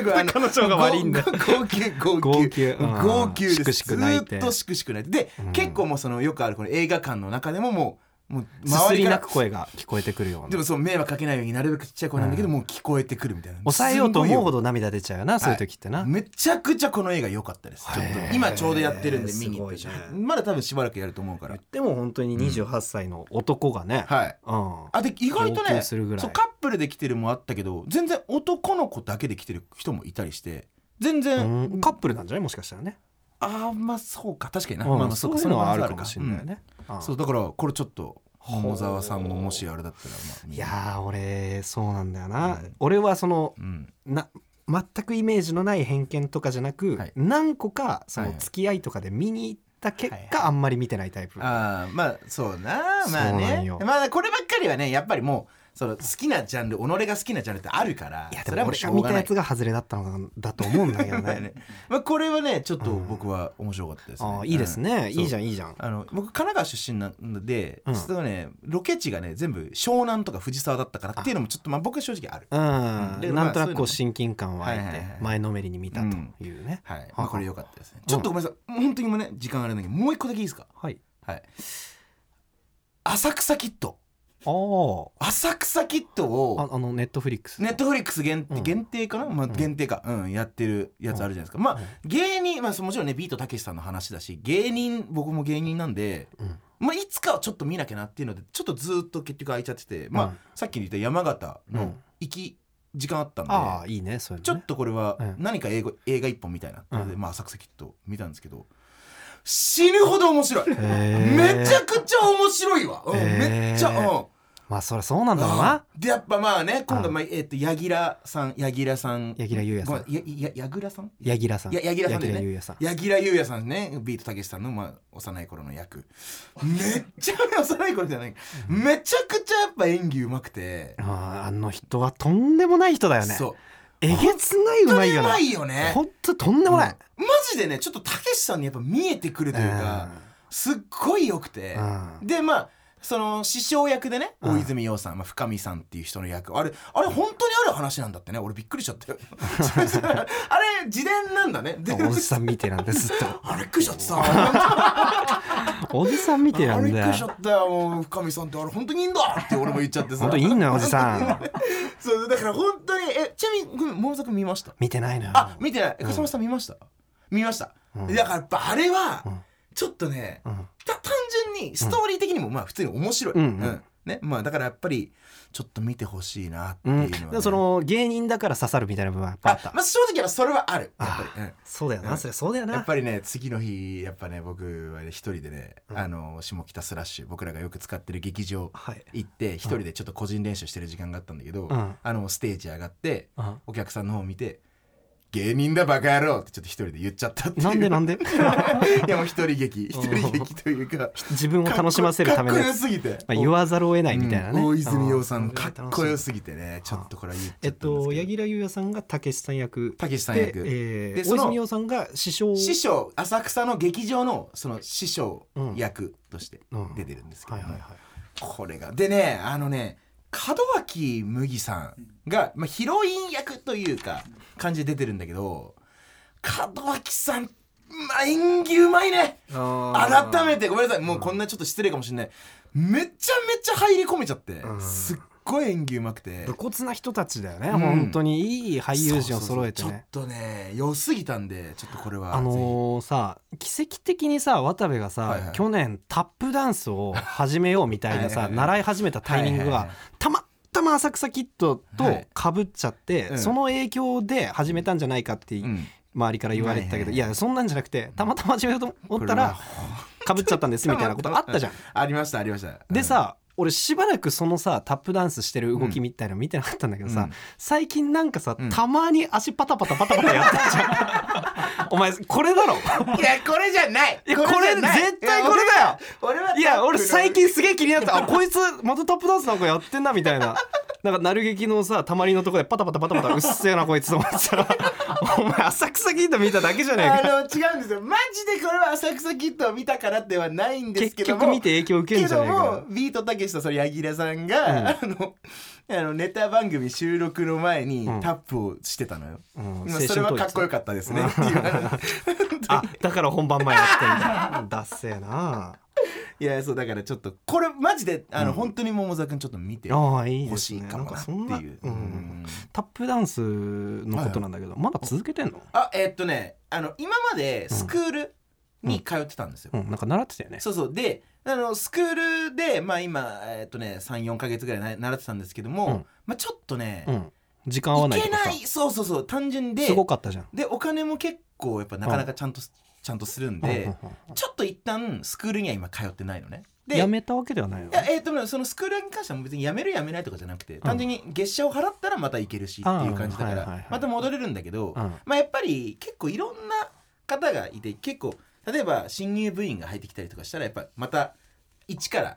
Speaker 3: る
Speaker 4: [laughs]
Speaker 3: 彼
Speaker 4: 女が悪いんだ
Speaker 3: [laughs] 号泣号泣
Speaker 4: 号泣うん
Speaker 3: 号泣です
Speaker 4: しくしく泣いて
Speaker 3: ずーっとしくしく泣いてで、
Speaker 4: うん
Speaker 3: 結構もうそのよくあるこの映画館の中でももうもう
Speaker 4: すす
Speaker 3: 周
Speaker 4: り
Speaker 3: りか
Speaker 4: 泣
Speaker 3: ら
Speaker 4: く声が聞こえてくるよう
Speaker 3: で
Speaker 4: な
Speaker 3: もそう迷惑かけないようになるべくちっちゃい声なんだけど、もう聞こえてくるみたいな
Speaker 4: 抑えようと思うほ
Speaker 3: ど
Speaker 4: ど涙出ちゃうよなそういう時ってな、
Speaker 3: めちゃくちゃこの映画良かったですちょっ
Speaker 4: へ
Speaker 3: と
Speaker 4: ー
Speaker 3: 今ちょうどやってるんで見に行って、
Speaker 2: すごいね
Speaker 3: まだ多分しばらくやると思うから
Speaker 2: でも本当に28歳の男がね、
Speaker 3: はい
Speaker 4: うん
Speaker 3: あで意外と
Speaker 4: 号
Speaker 3: ね
Speaker 4: 泣
Speaker 3: そ
Speaker 4: するぐ
Speaker 3: う
Speaker 4: らい
Speaker 3: カップルで来てるもあったけど全然男の子だけで来てる人もいたりして全然、
Speaker 4: うんカップルなんじゃないもしかしたらね、
Speaker 3: ああまあそうか確かにな、
Speaker 4: うん
Speaker 3: まあまあ
Speaker 4: そう
Speaker 3: か
Speaker 4: いうのはあるかもしれ
Speaker 3: その
Speaker 4: な
Speaker 3: 可
Speaker 4: い
Speaker 3: 能性あるか
Speaker 4: ね、う
Speaker 3: うん
Speaker 4: ん
Speaker 3: そうだからこれちょっと桃沢さんももしあれだったらま
Speaker 4: い
Speaker 3: あ
Speaker 4: やー俺そうなんだよな、
Speaker 3: うん
Speaker 4: 俺はその
Speaker 3: うん
Speaker 4: な
Speaker 2: 全くイメージのない偏見とかじゃなく、
Speaker 3: はい
Speaker 2: 何個かそ
Speaker 3: は
Speaker 2: の
Speaker 3: い
Speaker 2: 付き合いとかで見に行った結果、
Speaker 3: はい
Speaker 2: あんまり見てないタイプ
Speaker 3: ああまあそうなまあ
Speaker 2: そうなん
Speaker 3: ね
Speaker 2: よ
Speaker 3: まあこればっかりはねやっぱりもうその好きなジャンル己が好きなジャンルってあるから
Speaker 2: いやで
Speaker 3: それは
Speaker 2: も
Speaker 3: もう
Speaker 2: 俺
Speaker 3: し
Speaker 2: が
Speaker 3: ょう
Speaker 2: 見
Speaker 3: が
Speaker 2: た
Speaker 3: な
Speaker 2: や
Speaker 3: い
Speaker 2: つが外れだったのかだと思うんだけどね
Speaker 3: [laughs] ねまあこれはねちょっと僕は面白かったですね、
Speaker 2: ああいいですね、
Speaker 3: うん
Speaker 2: いいじゃんいいじゃん
Speaker 3: あの僕神奈川出身なんで、
Speaker 2: うん
Speaker 3: そのねロケ地がね全部湘南とか藤沢だったからっていうのもちょっとまあ僕は正直ある
Speaker 2: うん、
Speaker 3: うんで
Speaker 2: なんとなく
Speaker 3: ま
Speaker 2: こ
Speaker 3: あ
Speaker 2: う
Speaker 3: そう
Speaker 2: 親近感はあえ
Speaker 3: はいはいは
Speaker 2: て
Speaker 3: い
Speaker 2: 前のめりに見たというね、
Speaker 3: はい、
Speaker 2: あ
Speaker 3: まあ、これ良かったですねちょっとごめんなさい、もう本当にもうね時間あれなんだけどもう一個だけいいですか
Speaker 2: はい
Speaker 3: はい浅草キッド
Speaker 2: あー
Speaker 3: 浅草キッド
Speaker 2: あ
Speaker 3: を
Speaker 2: あのネットフリックス
Speaker 3: ネットフリックス限
Speaker 2: うん
Speaker 3: 限定かな、まあ、限定か、うん、やってるやつあるじゃないですか、まあ
Speaker 2: うん
Speaker 3: 芸人、まあ、そうもちろんねビートたけしさんの話だし芸人僕も芸人なんで、
Speaker 2: うん
Speaker 3: まあ、いつかはちょっと見なきゃなっていうのでちょっとずーっと結局空いちゃってて、まあ
Speaker 2: うん
Speaker 3: さっき言った山形
Speaker 2: う
Speaker 3: の
Speaker 2: ん
Speaker 3: 行き時間あったんで、
Speaker 2: ああいいねそういう
Speaker 3: ちょ
Speaker 2: のね
Speaker 3: っとこれは
Speaker 2: うん
Speaker 3: 何か英語、映画一本みたいなっていうので、
Speaker 2: う
Speaker 3: まあ、浅草キッド見たんですけど死ぬほど面白い、
Speaker 2: へー
Speaker 3: めちゃくちゃ面白いわ、うん
Speaker 2: へー
Speaker 3: めっちゃ、うん、
Speaker 2: まあそりゃそうなんだろうな
Speaker 3: うんでやっぱまあね今
Speaker 2: う
Speaker 3: 度
Speaker 2: ん
Speaker 3: まあえっと柳楽さん柳楽さん
Speaker 2: 柳楽優弥さん
Speaker 3: ごめやや柳楽さん
Speaker 2: 柳楽さん
Speaker 3: や柳楽さんだよね
Speaker 2: 柳優弥さん
Speaker 3: 柳楽優弥さんねビートたけしさんのまあ幼い頃の役めっちゃ幼い頃じゃないめちゃくちゃやっぱ演技うまくて、
Speaker 2: あーあの人はとんでもない人だよね
Speaker 3: そう
Speaker 2: えげつないう
Speaker 3: 本当
Speaker 2: ま
Speaker 3: に
Speaker 2: いうよな
Speaker 3: まいよね
Speaker 2: 本当とんでもない、
Speaker 3: マジでねちょっとたけしさんにやっぱ見えてくるというか、すっごい良くて、
Speaker 2: うん
Speaker 3: でまあその師匠役でね
Speaker 2: うん
Speaker 3: 大泉洋さん、まあ、深見さんっていう人の役あれあれ本当にある話なんだってね俺びっくりしちゃ
Speaker 2: [laughs]
Speaker 3: ったよあれ自伝なんだねで
Speaker 2: おじさんみてえなんですずっ
Speaker 3: [laughs] あれびっくりしちゃってさ
Speaker 2: とおじさんみてえな
Speaker 3: あれ
Speaker 2: ん
Speaker 3: びっ
Speaker 2: だ
Speaker 3: くりしちゃ
Speaker 2: よ
Speaker 3: ったよもう深見さんってあれ本当にいいんだって俺も言っちゃってさ
Speaker 2: 本当いいのよおじさん
Speaker 3: [laughs] そうだから本当にえちなみにごめん桃沢君見ました
Speaker 2: 見てないのよ
Speaker 3: あ見てない笠間さん見ました、見ました、だからやっぱあれは、
Speaker 2: ん
Speaker 3: ちょっとね、
Speaker 2: ん
Speaker 3: た単純にストーリー的にもまあ普通に面白い、
Speaker 2: うんうん
Speaker 3: ねまあ、だからやっぱりちょっと見てほしいなっ
Speaker 2: う
Speaker 3: ていうんのは、ね
Speaker 2: でその芸人だから刺さるみたいな部分はやっぱあっ
Speaker 3: あ
Speaker 2: た、
Speaker 3: まあ、正直やっぱそれはあるやっぱり、うん
Speaker 2: そうだよな、
Speaker 3: うん
Speaker 2: それそうだよな
Speaker 3: やっぱりね次の日やっぱね僕はね一人でね、あの下北スラッシュ僕らがよく使ってる劇場
Speaker 2: はい
Speaker 3: 行って一人でちょっと個人練習してる時間があったんだけど、
Speaker 2: うん
Speaker 3: あのステージ上がって、
Speaker 2: うん
Speaker 3: お客さんの方見て「芸人だバカ野郎!」ってちょっと一人で言っちゃったっていう
Speaker 2: なんでなんで
Speaker 3: [laughs] いやもう一人劇一人劇というか
Speaker 2: 自分を楽しませるための
Speaker 3: かっ
Speaker 2: や
Speaker 3: こよ
Speaker 2: つ、
Speaker 3: すぎて、
Speaker 2: まあ、言わざるを得ないみたいなね、
Speaker 3: うん大泉洋さん
Speaker 2: う
Speaker 3: かっこよ
Speaker 2: す
Speaker 3: すぎてねちょっとこれは言っち
Speaker 2: え
Speaker 3: ゃ
Speaker 2: っ
Speaker 3: ったんで
Speaker 2: と
Speaker 3: すけど
Speaker 2: 柳楽優弥さんがたけしさん役
Speaker 3: たけしさん
Speaker 2: で、
Speaker 3: 役、
Speaker 2: えー、
Speaker 3: でそ
Speaker 2: 大
Speaker 3: の
Speaker 2: 泉洋さんが師匠
Speaker 3: 師匠浅草の劇場のその師匠役として
Speaker 2: うん
Speaker 3: 出てるんですけど
Speaker 2: は
Speaker 3: も、
Speaker 2: いはいはい
Speaker 3: これがでねあのね門脇麦さんが、まあ、ヒロイン役というか感じで出てるんだけど門脇さん、まあ、演技うまいね
Speaker 2: あ
Speaker 3: 改めてごめんなさいもうこんなちょっと失礼かもしれないめちゃめちゃ入り込めちゃって
Speaker 2: ん
Speaker 3: すっごい演技うまくて
Speaker 2: 武骨な人たちだよね、
Speaker 3: ん
Speaker 2: 本当にいい俳優陣を揃えてね
Speaker 3: そうそうそうちょっとね良すぎたんでちょっとこれは
Speaker 2: あ
Speaker 3: ぜひ
Speaker 2: のーさ奇跡的にさ渡部がさ、
Speaker 3: はいはい
Speaker 2: 去年タップダンスを始めようみたいなさ
Speaker 3: はいはいはい
Speaker 2: 習い始めたタイミングが、
Speaker 3: はいはいはい
Speaker 2: たまたま浅草キッド
Speaker 3: はい
Speaker 2: と被っちゃって、
Speaker 3: うん
Speaker 2: その影響で始めたんじゃないかって
Speaker 3: うん
Speaker 2: 周りから言われてたけど、
Speaker 3: はいいはいはい
Speaker 2: やそんなんじゃなくてたまたま始めようと思ったら
Speaker 3: こ
Speaker 2: 被っちゃったんですみたいなことあったじゃん。
Speaker 3: [laughs] ありましたありました
Speaker 2: でさ、俺しばらくそのさタップダンスしてる動きみたいなの見てなかったんだけどさ、
Speaker 3: うん
Speaker 2: 最近なんかさ、
Speaker 3: うん
Speaker 2: たまに足パタパタパタパタやってるじゃんお前これだろ
Speaker 3: いやこれじゃない
Speaker 2: いやこれ
Speaker 3: じゃない
Speaker 2: 絶対これだよ
Speaker 3: 俺はい
Speaker 2: や俺最
Speaker 3: い
Speaker 2: 近すげえ気になったあこいつまたトップダンスなんかやってんなみたいななんかなる劇のさたまりのとこでパタパタパタパタうっせえなこいつと思ってたらお前浅草キッド見ただけじゃねえ
Speaker 3: あ
Speaker 2: か
Speaker 3: の違うんですよマジでこれは浅草キッドを見たからではないんで
Speaker 2: 結
Speaker 3: すけども
Speaker 2: 局見て影響受けんじゃねえ
Speaker 3: けど
Speaker 2: か
Speaker 3: もビートたけしとその柳楽さんが、あのあのネタ番組収録の前に
Speaker 2: ん
Speaker 3: タップをしてたのよ、
Speaker 2: うん
Speaker 3: まあ
Speaker 2: 青春
Speaker 3: それは
Speaker 2: 統一
Speaker 3: かっこよかったですねっていう話
Speaker 2: あだから本番前やってんだだっせえない
Speaker 3: やそうだからちょっとこれマジであの、本当に桃沢君ちょっと見てほ
Speaker 2: ああいいです
Speaker 3: しい
Speaker 2: ね
Speaker 3: か
Speaker 2: なん
Speaker 3: も
Speaker 2: か
Speaker 3: なっ
Speaker 2: そ
Speaker 3: てい
Speaker 2: ん
Speaker 3: う
Speaker 2: な、う
Speaker 3: うん
Speaker 2: ん、タップダンスのことなんだけど、まだ続けてんの、
Speaker 3: あえーっとねあの今までスクールに通ってたんですよ、
Speaker 2: うん、なんか習ってたよね
Speaker 3: そうそうであのスクールで、まあ、今、えーっとね、34か月ぐらいな習ってたんですけども、
Speaker 2: うん
Speaker 3: まあ、ちょっとね、
Speaker 2: うん時間合わない
Speaker 3: い
Speaker 2: と
Speaker 3: け
Speaker 2: か
Speaker 3: な
Speaker 2: さ
Speaker 3: いそうそうそう単純です
Speaker 2: ごかったじゃん
Speaker 3: でお金も結構やっぱなかなかちゃんと、ちゃんとするんで、
Speaker 4: うんうん
Speaker 3: ちょっと一旦スクールには今通ってないのね。で
Speaker 2: やめたわけではないの
Speaker 3: いやえー、とねそのスクールに関しては別に辞める辞めないとかじゃなくて、単純に月謝を払ったらまた行けるしっていう感じだ
Speaker 2: う
Speaker 3: から、
Speaker 2: んはいはいはい
Speaker 3: また戻れるんだけど、
Speaker 2: うん
Speaker 3: まあ、やっぱり結構いろんな方がいて結構例えば新入部員が入ってきたりとかしたらやっぱまた一から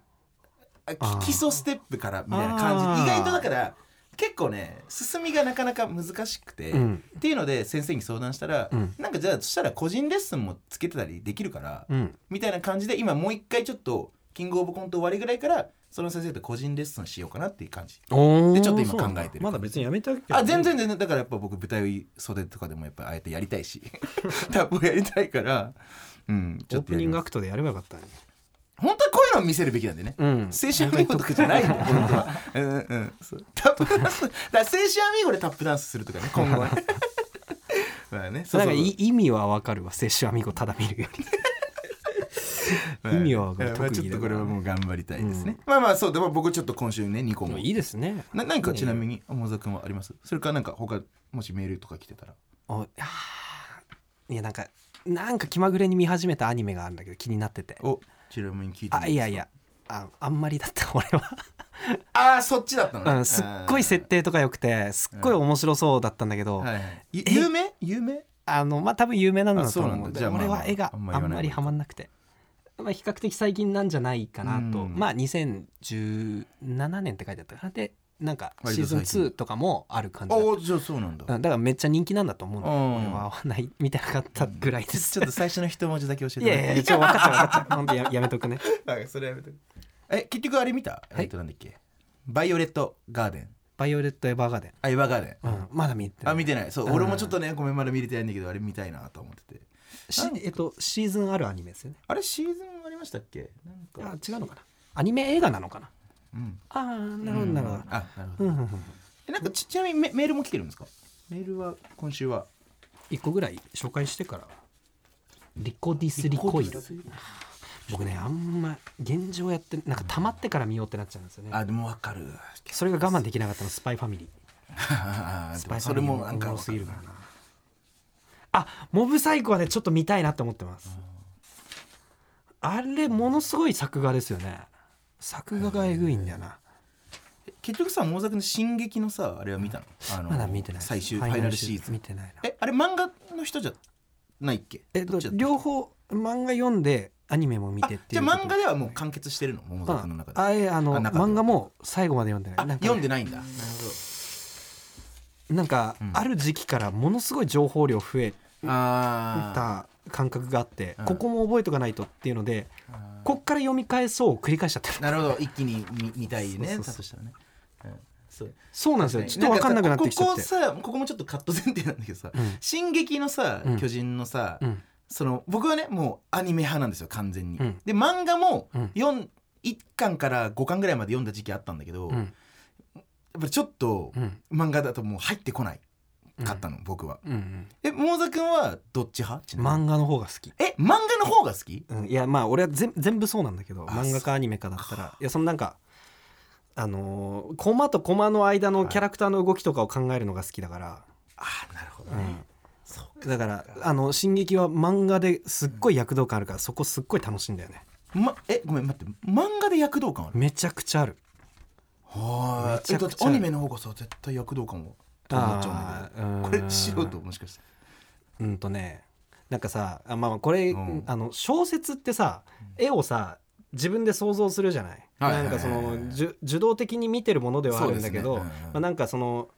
Speaker 3: あき
Speaker 2: あー
Speaker 3: 基礎ステップからみたいな感じ
Speaker 2: あー
Speaker 3: 意外とだから結構ね進みがなかなか難しくて、
Speaker 2: うん
Speaker 3: っていうので先生に相談したら、
Speaker 2: うん
Speaker 3: なんかじゃあそしたら個人レッスンもつけてたりできるから。
Speaker 2: うん
Speaker 3: みたいな感じで今もう一回ちょっとキングオブコント終わりぐらいからその先生と個人レッスンしようかなっていう感じ
Speaker 2: おー
Speaker 3: でちょっと今考えてる
Speaker 2: まだ別にやめたわけでは
Speaker 3: あ
Speaker 2: ない
Speaker 3: 全然全然だからやっぱ僕舞台袖とかでもやっぱあえてやりたいし [laughs] タップやりたいからうん
Speaker 2: オ
Speaker 3: ちょ
Speaker 2: ー
Speaker 3: っと
Speaker 2: プ
Speaker 3: や
Speaker 2: ニ
Speaker 3: り
Speaker 2: ング
Speaker 3: ま
Speaker 2: ア
Speaker 3: す
Speaker 2: クトでやればよかったね
Speaker 3: 本当はこういうのを見せるべきなんでね、
Speaker 2: うん
Speaker 3: 青春アミーゴとかじゃ
Speaker 2: [laughs]
Speaker 3: ないんだよ本当はうんうんうんそうタップダンスだから青春アミーゴでタップダンスするとかね今後は [laughs] ねまあね
Speaker 2: そうなんか
Speaker 3: う
Speaker 2: い意味はわかるわ摂取アミゴただ見るより
Speaker 3: まあ
Speaker 2: 意味はわかる
Speaker 3: まあ
Speaker 2: 特
Speaker 3: ちょ
Speaker 2: 技
Speaker 3: っ
Speaker 2: だ
Speaker 3: と
Speaker 2: か
Speaker 3: こ
Speaker 2: ら
Speaker 3: れはもう頑張りたいですね、まあまあそうでも僕ちょっと今週ね2個
Speaker 2: でも
Speaker 3: も
Speaker 2: いいですね
Speaker 3: な何かちなみに桃沢君はありますそれからなんか他もしメールとか来てたら
Speaker 2: あいやーいやなんかなんか気まぐれに見始めたアニメがあるんだけど気になってて
Speaker 3: おちなみに聞いても
Speaker 2: あいやいやああんまりだった [laughs] 俺は
Speaker 3: ああそっちだったのね、
Speaker 2: うん、すっごい設定とか良くてすっごい面白そうだったんだけど、
Speaker 3: あーはいはいゆ有名有名
Speaker 2: あのまあ多分有名なんだと
Speaker 3: あそう
Speaker 2: 思
Speaker 3: な
Speaker 2: うんんで
Speaker 3: だじゃあまあ
Speaker 2: 俺は絵が
Speaker 3: あ
Speaker 2: あ
Speaker 3: ん
Speaker 2: ん
Speaker 3: ま言わない
Speaker 2: まりハマんなくて、まあ、比較的最近なんじゃないかなと、
Speaker 3: うん
Speaker 2: まあ2017年って書いてあったからでなんかシーズン
Speaker 3: 割と最
Speaker 2: 2
Speaker 3: 近
Speaker 2: とかもある感じだった
Speaker 3: おじゃあそうなんだ、
Speaker 2: うんだからめっちゃ人気なんだと思うんだけど、
Speaker 3: うん
Speaker 2: 俺は合わないみたいなかったぐらいです
Speaker 3: ちょっと最初の一文字だけ教えて
Speaker 2: いやいやいや、ちょ分かっちゃう分 [laughs] かっちゃう。本当ややめとくね。
Speaker 3: やそれやめてえ結局あれ見た、
Speaker 2: はい
Speaker 3: えっとなんだっけバイオレットガーデン
Speaker 2: バイオレットエヴァーガーデン。
Speaker 3: あエヴァガーデン、
Speaker 2: うん、まだ見てない
Speaker 3: あ見てないそう、
Speaker 2: うん
Speaker 3: 俺もちょっとねごめんまだ見れてないんだけどあれ見たいなと思ってて
Speaker 2: しえっと、シーズンあるアニメですよね。
Speaker 3: あれシーズンありましたっけな
Speaker 2: あ
Speaker 3: んか、
Speaker 2: 違うのかな。アニメ映画なのかな。
Speaker 3: うん、
Speaker 2: ああ、なるほど、なるほど。
Speaker 3: あなるほど、
Speaker 2: うんうんうん。
Speaker 3: えなんかちちなみにメメールも来てるんですかメールは今週は
Speaker 2: 一個ぐらい紹介してから。リコディスリコイル。僕ね、あんま現状やって、なんか溜まってから見ようってなっちゃうんですよね。
Speaker 3: あでもわかる
Speaker 2: それが我慢できなかったの、スパイファミリー。
Speaker 3: あー
Speaker 2: ス
Speaker 3: で
Speaker 2: パ
Speaker 3: も
Speaker 2: イフ
Speaker 3: そ
Speaker 2: ァ
Speaker 3: れ
Speaker 2: ミリー
Speaker 3: も
Speaker 2: も
Speaker 3: なんか
Speaker 2: おもろすぎるからな。あモブサイコはねちょっと見たいなって思ってます。あれものすごい作画ですよね。作画がえぐいんだよな。
Speaker 3: 結局さ桃沢君の「進撃」のさあれは見たのあの
Speaker 2: まだ見てない。
Speaker 3: 最終ファイナルシーズン
Speaker 2: 見てないな。
Speaker 3: えあれ漫画の人じゃないっけ
Speaker 2: えっ
Speaker 3: ど
Speaker 2: と
Speaker 3: っちだった
Speaker 2: 両方漫画読んでアニメも見てっていう
Speaker 3: あ
Speaker 2: こ
Speaker 3: じ
Speaker 2: と。
Speaker 3: ゃあ漫画ではもう完結してるの桃沢君の中で
Speaker 2: ああえあの
Speaker 3: あ中で
Speaker 2: 漫画も最後まで読んでない。
Speaker 3: あ
Speaker 2: なんか
Speaker 3: 読んでないんだなる
Speaker 2: なんか、
Speaker 3: うん
Speaker 2: ある時期からものすごい情報量増え
Speaker 3: ほどあ
Speaker 2: た感覚があって、
Speaker 3: うん
Speaker 2: ここも覚えとかないとっていうので、こっから読み返そうを繰り返しちゃってる
Speaker 3: あなるほど一気に見見たいね
Speaker 2: そうそうそう
Speaker 3: だとしたらねうんそう
Speaker 2: そうなんですよ。ちょっと分かんなくなってきちゃって。
Speaker 3: なんかさここさここもちょっとカット前提なんだけどさ
Speaker 2: うん
Speaker 3: 「進撃」のさ
Speaker 2: うん
Speaker 3: 巨人のさ
Speaker 2: うん
Speaker 3: その僕はねもうアニメ派なんですよ完全に、
Speaker 2: うん
Speaker 3: で漫画も
Speaker 2: うん
Speaker 3: 1巻から5巻ぐらいまで読んだ時期あったんだけど、
Speaker 2: う
Speaker 3: やっ
Speaker 2: ん
Speaker 3: ぱりちょっと
Speaker 2: うん
Speaker 3: 漫画だともう入ってこないかったの、僕は
Speaker 2: うん
Speaker 3: え桃沢君はどっち派ち
Speaker 2: うん
Speaker 3: なみに
Speaker 2: 漫画の方が好き。
Speaker 3: え漫画の方が好き
Speaker 2: うんいやまあ俺は全全部そうなんだけど
Speaker 3: あ
Speaker 2: 漫画かアニメかだったらいやそのなんかあのーコマとコマの間のキャラクターの動きとかを考えるのが好きだから、
Speaker 3: ああなるほど
Speaker 2: うん
Speaker 3: ね、そうか
Speaker 2: だからあの「進撃」は漫画ですっごい躍動感あるからそこすっごい楽しいんだよね
Speaker 3: ま、えごめん待って漫画で躍動感ある
Speaker 2: めちゃくちゃある
Speaker 3: は
Speaker 2: めちゃくちゃ
Speaker 3: アニメの方がさ絶対躍動感もと思っちゃうん
Speaker 2: あ
Speaker 3: だ
Speaker 2: ーう
Speaker 3: け
Speaker 2: ん
Speaker 3: どこれ素人もしかして
Speaker 2: うんとねなんかさあまあまあこれ、
Speaker 3: うん
Speaker 2: あの小説ってさ絵をさ自分で想像するじゃない、
Speaker 3: はいはいは
Speaker 2: なん
Speaker 3: いは
Speaker 2: か
Speaker 3: い
Speaker 2: そのじゅ受動的に見てるものではあるんだけど、
Speaker 3: そうですねうんうん
Speaker 2: まあ、なんかその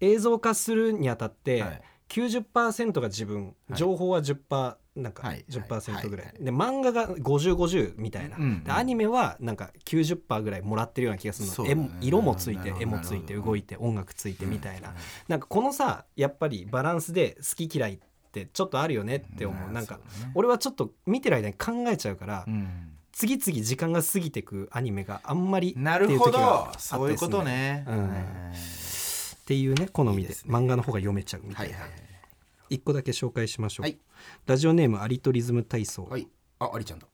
Speaker 2: 映像化するにあたって、
Speaker 3: はい
Speaker 2: 90%が自分
Speaker 3: はい
Speaker 2: 情報は10%なんか
Speaker 3: はい
Speaker 2: 10%ぐらい、
Speaker 3: はいは
Speaker 2: で漫画が5050みたいな、
Speaker 3: うんうん
Speaker 2: でアニメはなんか90%ぐらいもらってるような気がするの、
Speaker 3: そうだ
Speaker 2: 絵
Speaker 3: ね
Speaker 2: も色もつい
Speaker 3: なる
Speaker 2: て
Speaker 3: ほど
Speaker 2: 絵もついて
Speaker 3: なるほど
Speaker 2: 動いて音楽ついてみたいな、
Speaker 3: うん
Speaker 2: なんかこのさやっぱりバランスで好き嫌いってちょっとあるよねって思う、なんか、
Speaker 3: そうだね
Speaker 2: 俺はちょっと見てる間に考えちゃうから、
Speaker 3: うん
Speaker 2: 次々時間が過ぎてくアニメがあんまりっていう
Speaker 3: なるほ
Speaker 2: 時があっ、
Speaker 3: ど
Speaker 2: たりす
Speaker 3: そ
Speaker 2: る
Speaker 3: ういう
Speaker 2: の
Speaker 3: ことね。
Speaker 2: うん
Speaker 3: はい
Speaker 2: っていうね好みで
Speaker 3: いいですね
Speaker 2: 漫画の方が読めちゃうみた
Speaker 3: はいい
Speaker 2: な、
Speaker 3: はい。
Speaker 2: 一個だけ紹介しましょう、
Speaker 3: はい
Speaker 2: ラジオネームアリトリズム体操、
Speaker 3: はい。あ、ありちゃんだ。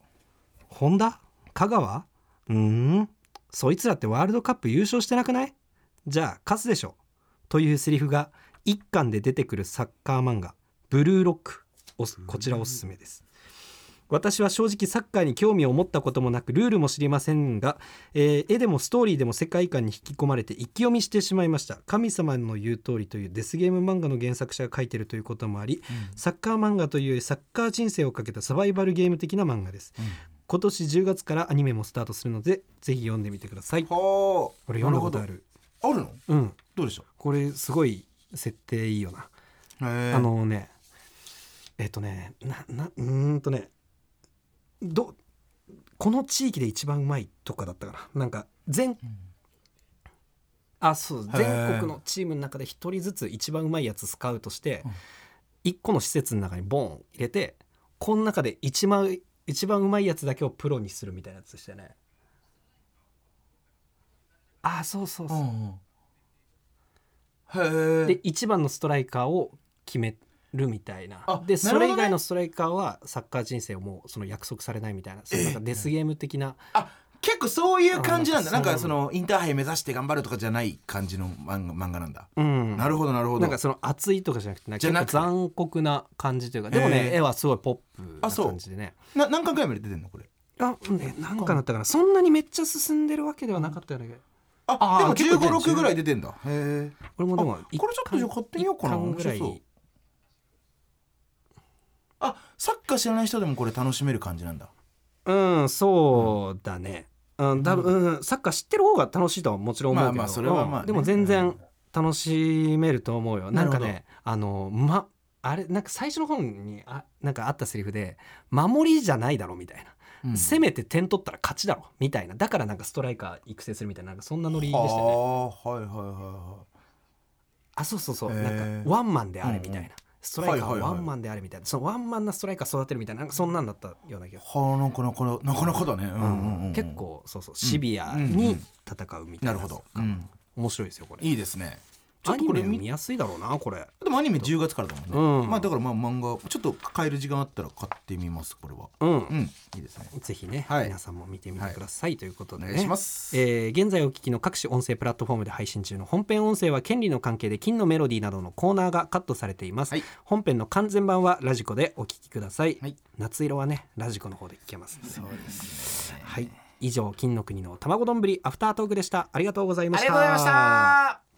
Speaker 2: 本田香川うーんそいつらってワールドカップ優勝してなくないじゃあ勝つでしょというセリフが一巻で出てくるサッカー漫画「ブルーロック」おすこちらおすすめです私は正直サッカーに興味を持ったこともなくルールも知りませんが、えー絵でもストーリーでも世界観に引き込まれて一気読みしてしまいました「神様の言う通り」というデスゲーム漫画の原作者が書いてるということもあり、サッカー漫画というよりサッカー人生をかけたサバイバルゲーム的な漫画です、今年10月からアニメもスタートするのでぜひ読んでみてください
Speaker 3: はあ
Speaker 2: これ読んだことある
Speaker 3: あるの
Speaker 2: うん
Speaker 3: どうでしょ
Speaker 2: これすごい設定いいよな
Speaker 3: うあ
Speaker 2: あのねえっ、とねななうーんとねどこの地域で一番うまいとかだったかななんか全、あそう
Speaker 3: ー
Speaker 2: 全国のチームの中で一人ずつ一番うまいやつスカウトして
Speaker 3: うん
Speaker 2: 一個の施設の中にボン入れてこの中で一番一番うまいやつだけをプロにするみたいなやつでしたよねあそうそうそう、
Speaker 3: うんへ
Speaker 2: で
Speaker 3: え
Speaker 2: 1番のストライカーを決めるみたいな
Speaker 3: あ
Speaker 2: で
Speaker 3: な
Speaker 2: そ
Speaker 3: るほどね
Speaker 2: れ以外のストライカーはサッカー人生をもうその約束されないみたいなそのなんかデスゲーム的な
Speaker 3: あ結構そういう感じなんだ
Speaker 2: あな
Speaker 3: な
Speaker 2: んん
Speaker 3: か
Speaker 2: か
Speaker 3: そ
Speaker 2: そう
Speaker 3: のインターハイ目指して頑張るとかじゃない感じの漫画漫画なんだ、
Speaker 2: うん
Speaker 3: なるほどなるほど
Speaker 2: なんかその熱いとかじゃなくてなんか
Speaker 3: じゃなくて
Speaker 2: 結構残酷な感じというかでもね
Speaker 3: えー
Speaker 2: 絵はすごいポップ
Speaker 3: あ
Speaker 2: な
Speaker 3: そう
Speaker 2: 感じでね
Speaker 3: な何巻ぐらいまで出てんのこれ
Speaker 2: あねなんかなったかなそんなにめっちゃ進んでるわけではなかったよね
Speaker 3: あ
Speaker 2: あー
Speaker 3: でも
Speaker 2: 結構出てる
Speaker 3: 156ぐらい出てんだへえ
Speaker 2: 俺もでも
Speaker 3: あこれちょっとじゃあ買ってみようかな
Speaker 2: 一巻ぐら
Speaker 3: 面白そう
Speaker 2: い
Speaker 3: あサッカー知らない人でもこれ楽しめる感じなんだ
Speaker 2: うんそうだね、うん多分うんサッカー知ってる方が楽しいとはもちろん思うけど、
Speaker 3: まあまあそれはまあね
Speaker 2: うんでも全然楽しめると思うよ、
Speaker 3: ん
Speaker 2: なんか
Speaker 3: なる
Speaker 2: ねあのまあれなんか最初の本にあなんかあったセリフで「守りじゃないだろ」みたいな、
Speaker 3: うん
Speaker 2: 攻めて点取ったら勝ちだろ」みたいなだからなんかストライカー育成するみたいななんかそんなノリでしたね
Speaker 3: はあはいはいはいは
Speaker 2: あそうそうそう
Speaker 3: へー
Speaker 2: なんかワンマンであれみたいな、
Speaker 3: うんうん
Speaker 2: ストライカーははい
Speaker 3: はいは
Speaker 2: ワ
Speaker 3: い
Speaker 2: ンマンであれみたいな、そのワンマンなストライカー育てるみたいななんかそんなんだったような気が
Speaker 3: いはあなんかなかななかなかだね、うんうんうんうん
Speaker 2: 結構そうそうシビアに戦うみたいな
Speaker 3: なるほど、うん、
Speaker 2: 面白いですよこれ
Speaker 3: いいですねちょ
Speaker 2: ア
Speaker 3: っと
Speaker 2: ニ
Speaker 3: こ
Speaker 2: メ
Speaker 3: れ
Speaker 2: も
Speaker 3: 見
Speaker 2: 見やすいだろうなこれ
Speaker 3: でもアニメ10月からだもんね、
Speaker 2: うん
Speaker 3: まあだからまあ漫画ちょっと買える時間あったら買ってみますこれは
Speaker 2: うん
Speaker 3: うんいいですね
Speaker 2: ぜひね、
Speaker 3: はい
Speaker 2: 皆さんも見てみてください、ということで、ね、
Speaker 3: お願いします
Speaker 2: えー現在お聞きの各種音声プラットフォームで配信中の本編音声は権利の関係で金のメロディーなどのコーナーがカットされています、
Speaker 3: はい
Speaker 2: 本編の完全版はラジコでお聞きください、
Speaker 3: はい
Speaker 2: 夏色はねラジコの方で聞けますんで
Speaker 3: そうですね
Speaker 2: はい以上金の国の卵丼ぶりアフタートークでしたありがとうございま
Speaker 3: あ
Speaker 2: し
Speaker 3: り
Speaker 2: た
Speaker 3: がとうございました